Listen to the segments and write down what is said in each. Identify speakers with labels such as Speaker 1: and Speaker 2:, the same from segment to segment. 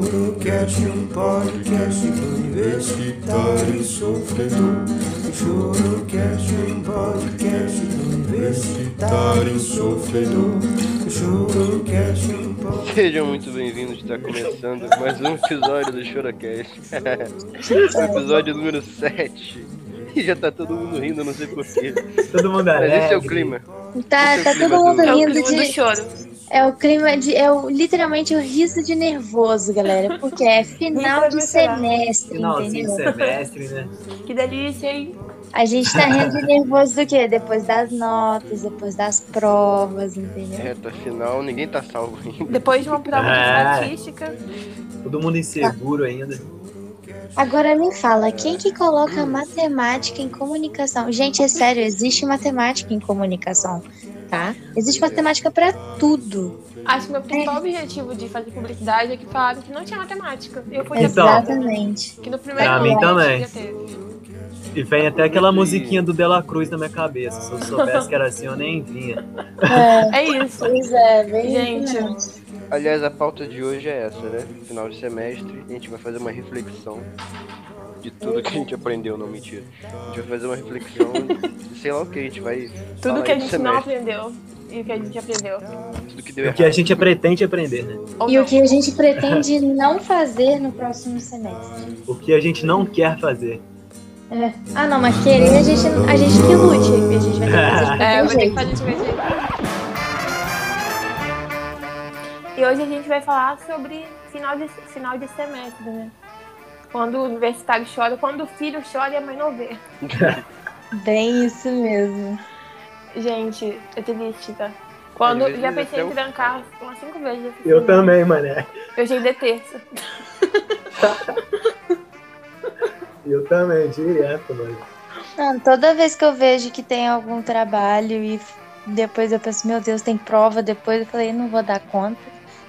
Speaker 1: Podcast, um podcast universitário um sofredor. Chorocast, um podcast universitário um sofredor. Chorocast, um podcast.
Speaker 2: Sejam muito bem-vindos, está começando mais um episódio do Choracast. o episódio número 7. E já tá todo mundo rindo, não sei porquê.
Speaker 3: Todo mundo
Speaker 2: Mas esse é o
Speaker 3: alegre.
Speaker 2: clima.
Speaker 4: Tá,
Speaker 2: Esse é
Speaker 4: tá
Speaker 2: o
Speaker 4: todo
Speaker 2: clima
Speaker 4: mundo
Speaker 2: do-
Speaker 5: É o
Speaker 4: rindo
Speaker 5: clima do
Speaker 4: de.
Speaker 5: choro.
Speaker 4: É o clima de. É o, literalmente o riso de nervoso, galera. Porque é final de semestre,
Speaker 3: Finalzinho
Speaker 4: entendeu?
Speaker 3: de semestre, né?
Speaker 5: Que delícia, hein?
Speaker 4: A gente tá rindo de nervoso do quê? Depois das notas, depois das provas,
Speaker 3: é.
Speaker 4: entendeu?
Speaker 2: Reta final, ninguém tá salvo ainda.
Speaker 5: Depois de uma prova
Speaker 3: Ah.
Speaker 5: de estatística.
Speaker 3: Todo mundo inseguro ainda.
Speaker 4: Agora me fala, quem que coloca matemática em comunicação? Gente, é sério, existe matemática em comunicação, tá? Existe matemática pra tudo.
Speaker 5: Acho que meu principal objetivo de fazer publicidade é que falaram que não tinha matemática. Eu fui
Speaker 3: Então.
Speaker 4: Exatamente.
Speaker 5: que no primeiro
Speaker 3: Pra mim
Speaker 5: ano
Speaker 3: também.
Speaker 5: já teve.
Speaker 3: E vem até aquela musiquinha do Dela Cruz na minha cabeça. Se eu soubesse que era assim, eu nem vinha.
Speaker 4: É,
Speaker 5: É isso.
Speaker 4: pois é, bem
Speaker 5: Gente.
Speaker 4: isso mesmo.
Speaker 2: Aliás, a pauta de hoje é essa, né? Final de semestre, a gente vai fazer uma reflexão de tudo que a gente aprendeu, não mentira. A gente vai fazer uma reflexão de sei lá o que, a gente vai.
Speaker 5: Tudo
Speaker 2: falar
Speaker 5: que a
Speaker 2: do
Speaker 5: gente não
Speaker 2: semestre,
Speaker 5: aprendeu e o que a gente aprendeu.
Speaker 2: Tudo que deu
Speaker 3: O
Speaker 2: errado.
Speaker 3: que a gente pretende aprender, né?
Speaker 5: Ou
Speaker 4: E
Speaker 5: não.
Speaker 4: o que a gente pretende não fazer no próximo semestre.
Speaker 3: O que a gente não quer fazer.
Speaker 4: É. Ah, não, mas querer a gente, a gente que lute, porque a gente vai ter que fazer de
Speaker 5: É,
Speaker 4: qualquer
Speaker 5: vai ter que
Speaker 4: jeito.
Speaker 5: fazer de qualquer jeito. E hoje a gente vai falar sobre final de, final de semestre, né? Quando o universitário chora, quando o filho chora e a mãe não vê.
Speaker 4: Bem isso mesmo.
Speaker 5: Gente, é triste, tá? Quando
Speaker 2: Às vezes
Speaker 5: já pensei
Speaker 2: até
Speaker 5: em
Speaker 2: o-
Speaker 5: trancar umas cinco vezes. essa semana.
Speaker 3: também, mané.
Speaker 5: Eu já de terça.
Speaker 3: Eu também, direto, mano.
Speaker 4: Não, toda vez que eu vejo que tem algum trabalho e f- depois eu penso, meu Deus, tem prova, depois eu falei, não vou dar conta,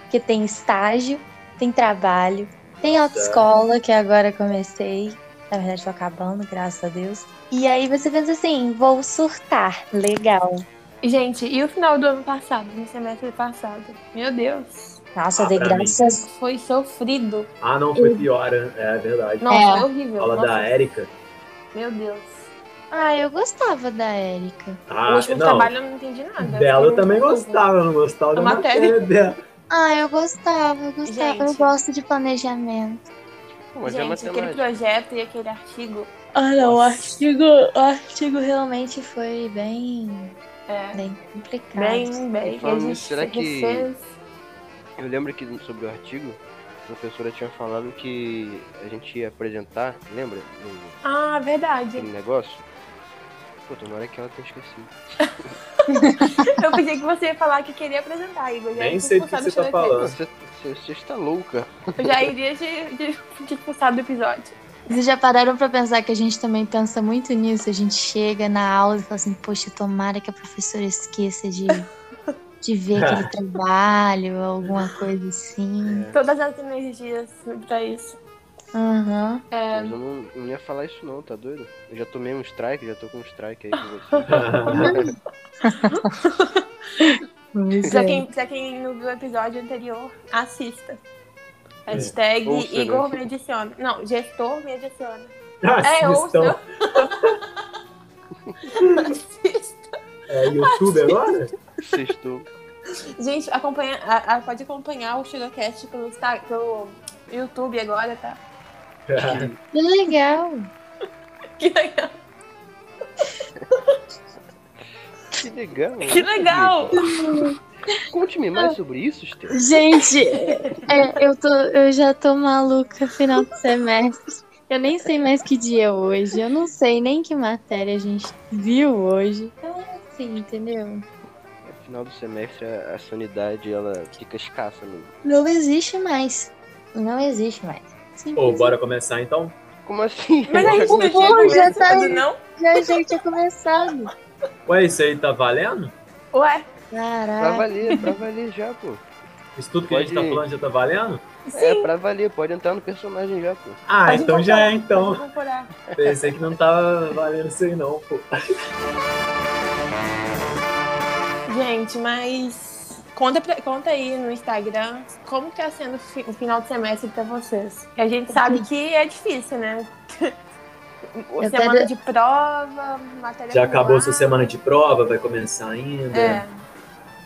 Speaker 4: porque tem estágio, tem trabalho, tem autoescola, que agora comecei. Na verdade, tô acabando, graças a Deus. E aí você pensa assim, vou surtar. Legal.
Speaker 5: Gente, e o final do ano passado, no semestre passado? Meu Deus.
Speaker 4: Nossa,
Speaker 3: Ah,
Speaker 4: eu dei
Speaker 3: pra mim.
Speaker 4: graças.
Speaker 5: Foi sofrido.
Speaker 3: Ah, não, foi pior, né? é verdade.
Speaker 5: Nossa,
Speaker 4: É.
Speaker 5: foi horrível.
Speaker 3: Aula
Speaker 5: Nossa,
Speaker 3: da Érica.
Speaker 5: Meu Deus.
Speaker 4: Ah, eu gostava da Érica.
Speaker 5: o
Speaker 3: Ah,
Speaker 5: último
Speaker 3: não.
Speaker 5: trabalho eu não entendi nada.
Speaker 3: Dela eu
Speaker 5: Fiquei
Speaker 3: também
Speaker 5: muito confusa.
Speaker 3: gostava, eu não gostava da
Speaker 5: A É matéria.
Speaker 3: matéria dela.
Speaker 4: Ah, eu gostava, eu gostava. Eu
Speaker 5: Gente.
Speaker 4: gosto de planejamento.
Speaker 2: Mas é
Speaker 5: Gente, aquele
Speaker 2: matemática.
Speaker 5: projeto e aquele artigo.
Speaker 4: Ah,
Speaker 5: não, o
Speaker 4: artigo, artigo realmente foi bem,
Speaker 5: É.
Speaker 4: bem complicado.
Speaker 5: Bem, bem.
Speaker 2: Falando
Speaker 5: E a gente
Speaker 2: nisso, será que-
Speaker 5: refez-
Speaker 2: Eu lembro que sobre o artigo, a professora tinha falado que a gente ia apresentar, lembra? No-
Speaker 5: Ah, verdade.
Speaker 2: Aquele negócio. Pô, tomara que ela tenha esquecido.
Speaker 5: Eu pensei que você ia falar que queria apresentar, Igor. Já
Speaker 3: Nem
Speaker 5: ia te
Speaker 3: sei do que
Speaker 5: expulsar
Speaker 3: você
Speaker 5: do
Speaker 3: tá
Speaker 5: Xerox.
Speaker 3: falando.
Speaker 2: Você, você- você está louca.
Speaker 5: Eu já iria te, te, te expulsar do episódio.
Speaker 4: Vocês já pararam pra pensar que a gente também pensa muito nisso? A gente chega na aula e fala assim, poxa, tomara que a professora esqueça de, de ver aquele trabalho, alguma coisa assim.
Speaker 5: Todas as energias pra isso.
Speaker 4: Aham.
Speaker 5: É,
Speaker 2: Mas eu não, eu não ia falar isso não, tá doido? Eu já tomei um strike, já tô com um strike aí com você.
Speaker 4: Pois
Speaker 5: pra,
Speaker 4: é.
Speaker 5: quem, pra quem não viu o episódio anterior, assista. Hashtag
Speaker 2: Ouça, né?
Speaker 5: Igor me adiciona. Não, gestor me adiciona. É,
Speaker 3: Assistam.
Speaker 5: ouça. Assista.
Speaker 3: É YouTube agora?
Speaker 2: Sextou.
Speaker 5: Gente, acompanha, a- a- pode acompanhar o Shirocast pelo, Insta- pelo YouTube agora, tá?
Speaker 4: Que é. legal.
Speaker 5: Que legal!
Speaker 2: Que legal. né?
Speaker 5: Que legal.
Speaker 2: Conte-me mais sobre isso, Estevam.
Speaker 4: Gente, é, eu, tô, eu já tô maluca final de semestre. Eu nem sei mais que dia é hoje. Eu não sei nem que matéria a gente viu hoje. Então é assim, entendeu?
Speaker 2: No É, final do semestre, a, a sanidade, ela fica escassa, amigo.
Speaker 4: Não existe mais. Não existe mais.
Speaker 3: Ô,
Speaker 4: Simplesmente.
Speaker 3: bora começar então?
Speaker 2: Como assim?
Speaker 5: Mas a gente não tinha
Speaker 4: Pô, já tá aí.
Speaker 5: começado, não?
Speaker 4: Já, já tinha é começado.
Speaker 3: Ué, isso aí tá valendo?
Speaker 5: Ué, É.
Speaker 2: Pra
Speaker 4: Caraca.
Speaker 2: valer, pra valer já, pô.
Speaker 3: Isso tudo que a gente tá
Speaker 2: Pode ir.
Speaker 3: falando já tá valendo?
Speaker 2: É, pra valer, pode entrar no personagem já, pô.
Speaker 3: Ah,
Speaker 5: Pode
Speaker 3: então já é
Speaker 5: vamos
Speaker 3: então.
Speaker 5: procurar.
Speaker 3: Pensei que não tava valendo isso aí não, pô.
Speaker 5: Gente, mas Conta, pra- conta aí no Instagram como tá sendo o fi- o final de semestre pra vocês. E a gente sabe que é difícil, né?
Speaker 4: Eu
Speaker 5: semana
Speaker 4: quero-
Speaker 5: de prova, matéria
Speaker 3: Já
Speaker 5: pro
Speaker 3: acabou
Speaker 5: ar.
Speaker 3: sua semana né? de prova, vai começar ainda.
Speaker 5: É.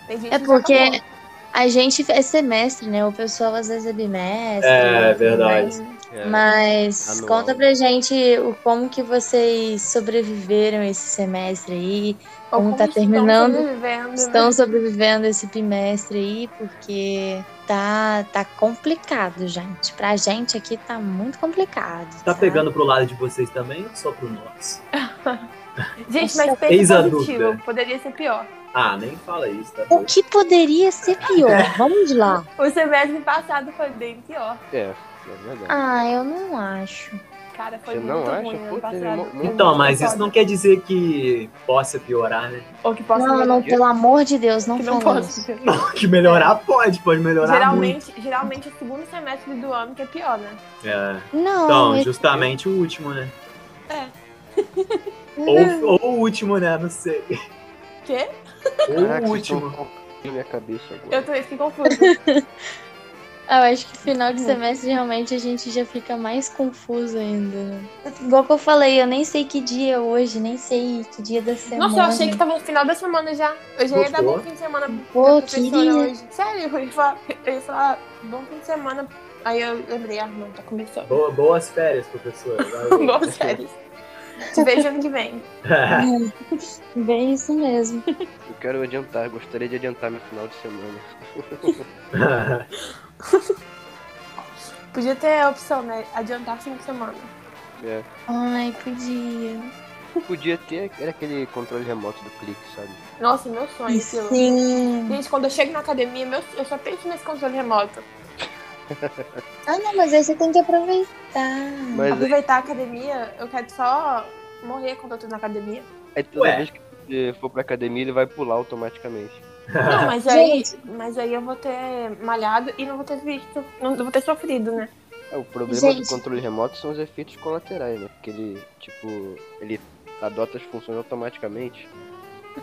Speaker 5: Tem gente
Speaker 4: É
Speaker 5: que já
Speaker 4: porque
Speaker 5: acabou.
Speaker 4: A gente é semestre, né? O pessoal às vezes é bimestre. né?
Speaker 3: É, verdade.
Speaker 2: É,
Speaker 4: Mas
Speaker 2: anual.
Speaker 4: conta pra gente o, como que vocês sobreviveram esse semestre aí.
Speaker 5: Ou
Speaker 4: como tá
Speaker 5: estão
Speaker 4: terminando,
Speaker 5: sobrevivendo, né?
Speaker 4: Estão sobrevivendo esse bimestre aí, porque tá, tá complicado, gente. Pra gente aqui tá muito complicado.
Speaker 3: Tá pegando pro lado de vocês também ou só pro nosso?
Speaker 5: Gente,
Speaker 4: Nossa,
Speaker 5: mas
Speaker 3: eis a
Speaker 5: pensa positivo.
Speaker 3: dúvida.
Speaker 5: Poderia ser pior.
Speaker 3: Ah, nem fala isso, tá
Speaker 4: O
Speaker 3: doido?
Speaker 4: que poderia ser
Speaker 3: É.
Speaker 4: pior? Vamos lá.
Speaker 5: O semestre passado foi bem pior.
Speaker 2: é, é verdade.
Speaker 4: Ah, eu não acho.
Speaker 5: Cara, foi
Speaker 2: Você
Speaker 5: muito
Speaker 2: não acha?
Speaker 5: ruim ano
Speaker 2: Puta, ele é
Speaker 5: passado.
Speaker 2: mó- mó-
Speaker 3: Então, mas isso
Speaker 5: Foda.
Speaker 3: não quer dizer que possa piorar, né?
Speaker 5: Ou que possa
Speaker 4: não,
Speaker 5: melhorar.
Speaker 4: não, pelo amor de Deus, não
Speaker 5: que não
Speaker 4: fala isso.
Speaker 5: posso.
Speaker 3: Não, que melhorar pode, pode melhorar muito.
Speaker 5: Geralmente, geralmente o segundo semestre do ano que é pior, né?
Speaker 3: É.
Speaker 4: Não,
Speaker 3: Então,
Speaker 4: eu-
Speaker 3: justamente o último, né?
Speaker 4: não.
Speaker 3: Ou, ou o último, né? Não sei.
Speaker 5: Uhum. Quê?
Speaker 3: Ou
Speaker 2: Caraca,
Speaker 3: o
Speaker 2: vocês
Speaker 3: último.
Speaker 2: tão na minha cabeça agora.
Speaker 5: Eu tô fiquei confusa.
Speaker 4: Eu acho que final de semestre realmente a gente já fica mais confuso ainda. né? Igual que eu falei, eu nem sei que dia é hoje, nem sei que dia da semana.
Speaker 5: Nossa, eu achei que tava no final da semana já. Eu já ia dar
Speaker 3: Gostou?
Speaker 5: bom fim de semana pra
Speaker 4: Pô,
Speaker 5: professora
Speaker 4: queria.
Speaker 5: hoje. Sério, eu ia falar, eu ia falar bom fim de semana. Aí eu lembrei, ah, não, tá começando.
Speaker 3: Boa- boas férias, professor. Valeu.
Speaker 5: Boas férias. Te vejo ano que vem.
Speaker 4: Bem isso mesmo.
Speaker 2: Eu quero adiantar, gostaria de adiantar meu final de semana.
Speaker 5: Podia ter a opção, né? Adiantar fim de semana.
Speaker 2: É.
Speaker 4: Ai, podia.
Speaker 2: Podia ter era aquele controle remoto do clique, sabe?
Speaker 5: Nossa, meu sonho, aquilo.
Speaker 4: Sim.
Speaker 5: Gente, quando eu chego na academia, meu- eu só penso nesse controle remoto.
Speaker 4: Ah, não, mas aí você tem que aproveitar.
Speaker 3: é.
Speaker 2: Mas aí,
Speaker 5: Aproveitar a academia, eu quero só morrer quando eu tô na academia.
Speaker 2: aí toda
Speaker 3: Ué.
Speaker 2: vez que você for pra academia, ele vai pular automaticamente.
Speaker 5: Não, mas aí,
Speaker 4: Gente.
Speaker 5: mas aí eu vou ter malhado e não vou ter visto, não vou ter sofrido, né?
Speaker 2: É, o problema
Speaker 4: Gente.
Speaker 2: do controle remoto são os efeitos colaterais, né? Porque ele, tipo, ele adota as funções automaticamente.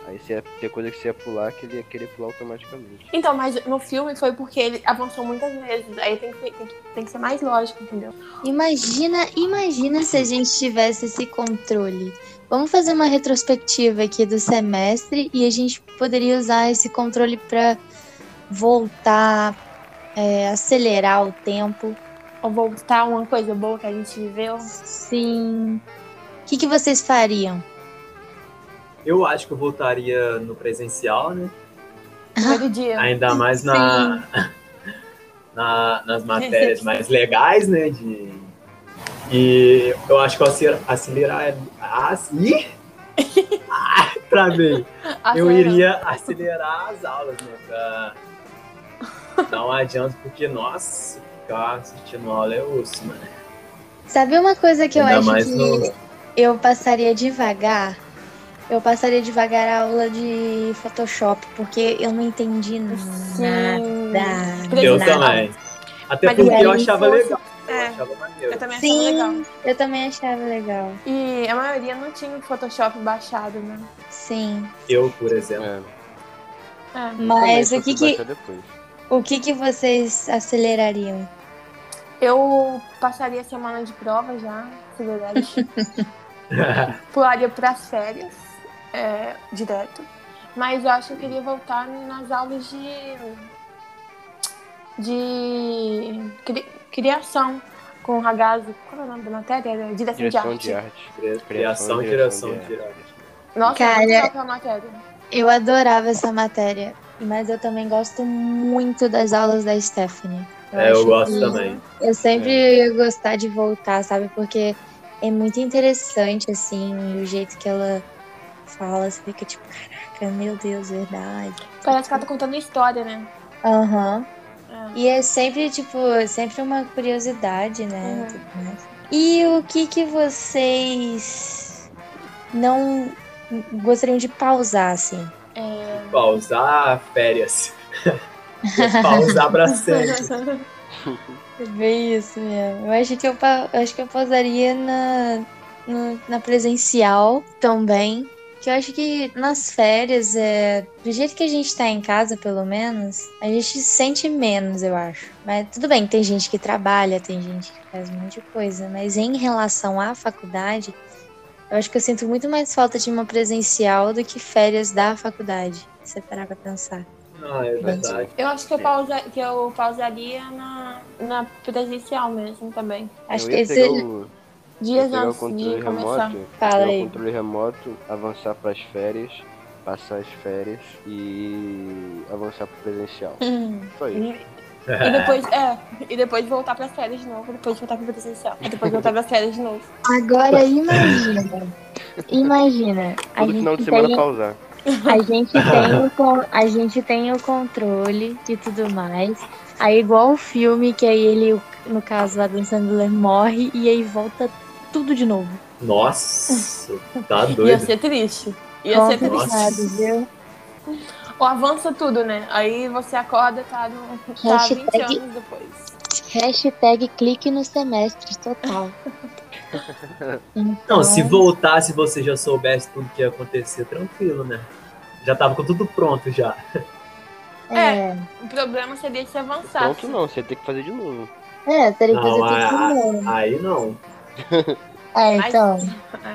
Speaker 2: Aí você ia ter coisa que você ia pular que ele ia querer pular automaticamente.
Speaker 5: Então, mas no filme foi porque ele avançou muitas vezes, aí tem que, ser- tem que, tem que ser mais lógico, entendeu?
Speaker 4: Imagina, imagina se a gente tivesse esse controle. Vamos fazer uma retrospectiva aqui do semestre e a gente poderia usar esse controle para voltar, é, acelerar o tempo.
Speaker 5: Ou voltar uma coisa boa que a gente viveu.
Speaker 4: Sim. O que, que vocês fariam?
Speaker 3: Eu acho que eu voltaria no presencial, né? Ah,
Speaker 5: Primeiro dia.
Speaker 3: Ainda mais na, na- nas matérias mais legais, né? De, e eu acho que eu aceler- acelerar. é, As, ih! Ah, travei. Eu
Speaker 5: Acelerando.
Speaker 3: iria acelerar as aulas, né? Pra dar um adianto, porque, nossa, ficar assistindo aula é osso, mano.
Speaker 4: Sabe uma coisa que eu
Speaker 3: Ainda
Speaker 4: acho
Speaker 3: mais
Speaker 4: que
Speaker 3: no.
Speaker 4: eu passaria devagar? Eu passaria devagar a aula de Photoshop, porque eu não entendi nada.
Speaker 5: Sim.
Speaker 3: Eu
Speaker 4: Nada.
Speaker 3: também. Até
Speaker 5: é. Mas é
Speaker 3: porque
Speaker 4: aí
Speaker 3: eu achava
Speaker 5: fosse-
Speaker 3: legal. Eu
Speaker 5: É.
Speaker 3: achava maneiro.
Speaker 5: Eu também achava
Speaker 4: Sim.
Speaker 5: legal.
Speaker 4: Eu também achava legal.
Speaker 5: E a maioria não tinha o Photoshop baixado, né?
Speaker 4: Sim.
Speaker 3: Eu, por exemplo.
Speaker 2: É.
Speaker 3: Hum.
Speaker 5: É.
Speaker 4: Mas
Speaker 2: Também,
Speaker 4: o que
Speaker 2: só
Speaker 4: que,
Speaker 2: baixa Depois.
Speaker 4: o que que vocês acelerariam?
Speaker 5: Eu passaria a semana de prova já, se verdade. Pularia pras férias, é, direto. Mas eu acho que eu queria voltar nas aulas de. de. cri- criação com o Ragazzo. Qual é o nome da matéria? Era Direção,
Speaker 2: Direção
Speaker 5: de
Speaker 2: de
Speaker 5: arte.
Speaker 2: arte.
Speaker 3: Criação,
Speaker 2: né?
Speaker 3: direção,
Speaker 2: é
Speaker 3: direção.
Speaker 5: Nossa,
Speaker 4: Cara,
Speaker 5: eu amo matéria.
Speaker 4: Eu adorava essa matéria, mas eu também gosto muito das aulas da Stephanie.
Speaker 3: É, eu
Speaker 4: acho
Speaker 3: gosto
Speaker 4: que
Speaker 3: também.
Speaker 4: Eu sempre ia gostar de voltar, sabe? Porque é muito interessante, assim, o jeito que ela fala. Você fica tipo, caraca, meu Deus, verdade.
Speaker 5: Parece que ela tá contando história, né?
Speaker 4: Aham.
Speaker 5: É.
Speaker 4: E é sempre, tipo, sempre uma curiosidade, né?
Speaker 5: Uhum.
Speaker 4: tudo mais. E o que que vocês não gostariam de pausar, assim?
Speaker 5: É.
Speaker 3: Pausar férias. Pausar pra sempre.
Speaker 4: É bem isso mesmo. Eu acho que eu, pa- eu acho que eu pausaria na, no- na presencial também. Que eu acho que nas férias, é, do jeito que a gente tá em casa, pelo menos, a gente sente menos, eu acho. Mas tudo bem, tem gente que trabalha, tem gente que faz um monte de coisa. Mas em relação à faculdade, eu acho que eu sinto muito mais falta de uma presencial do que férias da faculdade. Se você parar pra pensar.
Speaker 3: Ah, é verdade.
Speaker 5: Eu acho que eu, pausa, que eu pausaria na, na presencial mesmo também.
Speaker 4: Acho
Speaker 2: eu
Speaker 4: que
Speaker 2: ia
Speaker 4: esse
Speaker 2: pegar o, ia
Speaker 5: é Dias
Speaker 2: pegar o
Speaker 5: antes
Speaker 2: controle
Speaker 5: de começar.
Speaker 2: remoto,
Speaker 4: Fala
Speaker 2: pegar o
Speaker 4: aí.
Speaker 2: controle remoto, avançar pras férias, passar as férias e avançar pro presencial.
Speaker 4: Hum,
Speaker 2: Só isso.
Speaker 5: E e depois, é, e depois voltar pras férias de novo, depois voltar pro presencial. E depois voltar pras férias de novo.
Speaker 6: Agora imagina. Imagina. A
Speaker 2: Todo
Speaker 6: gente,
Speaker 2: final de semana
Speaker 6: tem,
Speaker 2: pausar.
Speaker 6: a, gente tem o, con- a gente tem o controle e tudo mais. Aí igual o filme, que aí ele, o- no caso, o Adam Sandler morre e aí volta tudo de novo.
Speaker 3: Nossa, tá
Speaker 5: Ia
Speaker 3: doido.
Speaker 5: ser triste. Ia ser triste.
Speaker 6: Complicado, viu?
Speaker 5: Ou avança tudo, né? Aí você acorda, tá, no, tá 20
Speaker 6: Hashtag-
Speaker 5: anos depois.
Speaker 6: Hashtag clique no semestre total.
Speaker 3: Não,
Speaker 6: Então,
Speaker 3: se voltasse, você já soubesse tudo que ia acontecer, tranquilo, né? Já tava com tudo pronto já.
Speaker 6: É,
Speaker 5: O problema seria se avançar.
Speaker 2: Pronto não, você tem que fazer de novo.
Speaker 6: é teria que fazer
Speaker 3: Não,
Speaker 6: tudo de novo.
Speaker 3: a- aí não.
Speaker 6: É, então,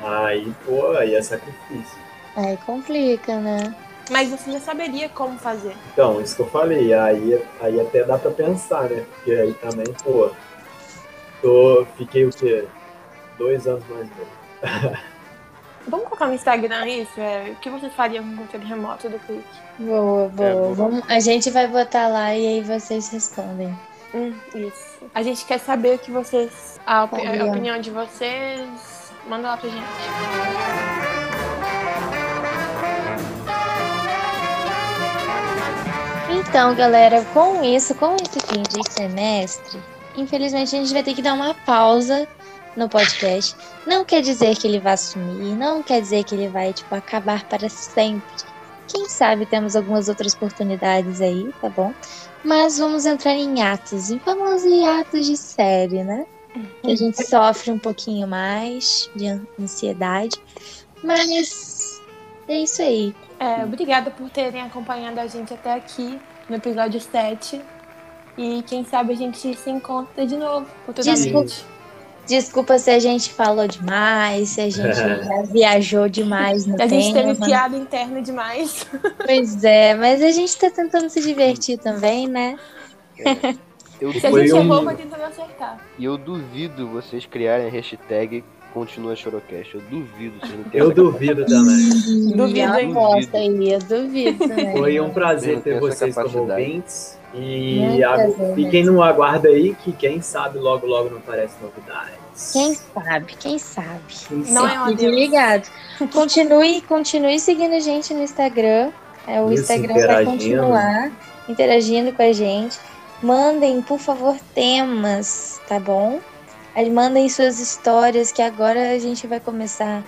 Speaker 3: Aí, pô, aí é sacrifício.
Speaker 6: aí complica, né?
Speaker 5: Mas você já saberia como fazer.
Speaker 3: Então, isso que eu falei, aí, aí até dá pra pensar, né? Porque aí também, pô, tô, fiquei o quê? Dois anos mais velho.
Speaker 5: Vamos colocar no Instagram isso? É, o que você faria com o controle remoto do clique?
Speaker 4: boa, boa.
Speaker 2: boa.
Speaker 4: Vamos- a gente vai botar lá e aí vocês respondem.
Speaker 5: Hum, isso. A gente quer saber o que vocês. A, opi- a
Speaker 4: Faria.
Speaker 5: opinião de vocês. Manda lá pra gente.
Speaker 4: Então, galera, com isso, com esse fim de semestre, infelizmente a gente vai ter que dar uma pausa no podcast. Não quer dizer que ele vai sumir, não quer dizer que ele vai, tipo, acabar para sempre. Quem sabe temos algumas outras oportunidades aí, tá bom? Mas vamos entrar em atos, em famosos atos de série, né? Que a gente sofre um pouquinho mais de an- ansiedade. Mas é isso aí.
Speaker 5: É, obrigada por terem acompanhado a gente até aqui no episódio 7. E quem sabe a gente se encontra de novo futuramente.
Speaker 4: Desculpa se a gente falou demais, se a gente já viajou demais no
Speaker 5: A gente
Speaker 4: tema.
Speaker 5: teve piada interna demais.
Speaker 4: Pois é, mas a gente tá tentando se divertir também, né?
Speaker 2: É. Eu
Speaker 5: Se a
Speaker 3: Foi
Speaker 5: gente
Speaker 3: um-
Speaker 5: errou, vai tentando acertar.
Speaker 2: E eu duvido vocês criarem a hashtag Continua Chorocast. Eu duvido vocês não
Speaker 3: Eu
Speaker 2: essa
Speaker 3: duvido também.
Speaker 4: E
Speaker 5: Duvido,
Speaker 4: ela
Speaker 5: hein?
Speaker 4: gosta aí, eu duvido, né?
Speaker 3: Foi um prazer
Speaker 2: Eu
Speaker 3: ter
Speaker 2: tenho essa
Speaker 3: vocês como
Speaker 2: capacidade.
Speaker 3: ouvintes.
Speaker 4: Muito
Speaker 3: E a-
Speaker 4: é prazer,
Speaker 3: fiquem no aguardo aí, que quem sabe logo, logo não parece novidades.
Speaker 4: Quem sabe, quem sabe.
Speaker 3: Quem
Speaker 5: Não é um
Speaker 4: Fique
Speaker 5: adeus.
Speaker 4: ligado. Continue, continue seguindo a gente no Instagram. É, o
Speaker 3: Isso,
Speaker 4: Instagram vai
Speaker 3: interagindo.
Speaker 4: continuar interagindo com a gente. Mandem, por favor, temas, tá bom? Aí Mandem suas histórias, que agora a gente vai começar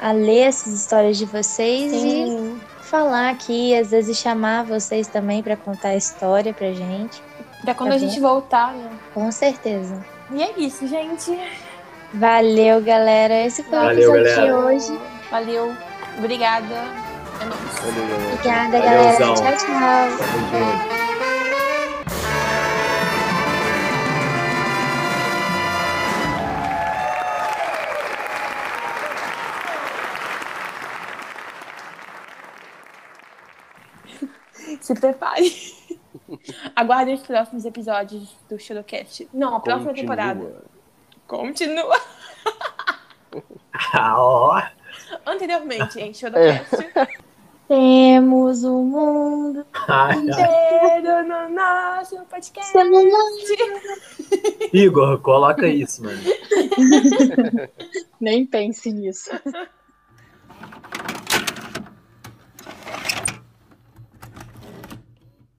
Speaker 4: a ler essas histórias de vocês
Speaker 5: Sim.
Speaker 4: e falar aqui, às vezes chamar vocês também para contar a história pra gente.
Speaker 5: Pra quando
Speaker 4: Tá
Speaker 5: a
Speaker 4: bom.
Speaker 5: gente voltar, né?
Speaker 4: Com certeza.
Speaker 5: E é isso, gente.
Speaker 4: Valeu, galera. Esse foi
Speaker 3: Valeu,
Speaker 4: o episódio
Speaker 3: galera.
Speaker 4: de hoje.
Speaker 5: Valeu. Obrigada. É nóis.
Speaker 2: Valeu, galera.
Speaker 4: Obrigada, galera.
Speaker 3: Valeuzão.
Speaker 4: Tchau, tchau.
Speaker 3: Tamo junto.
Speaker 5: Se prepare. Aguardem os próximos episódios do Shadowcast. Não, a próxima
Speaker 2: Continua.
Speaker 5: temporada. Continua.
Speaker 3: Ah, ó.
Speaker 5: Anteriormente, em Shadowcast.
Speaker 3: É.
Speaker 4: Temos o mundo
Speaker 3: Ai,
Speaker 5: Inteiro no nosso podcast.
Speaker 3: Igor, coloca isso, mano.
Speaker 6: Nem pense nisso.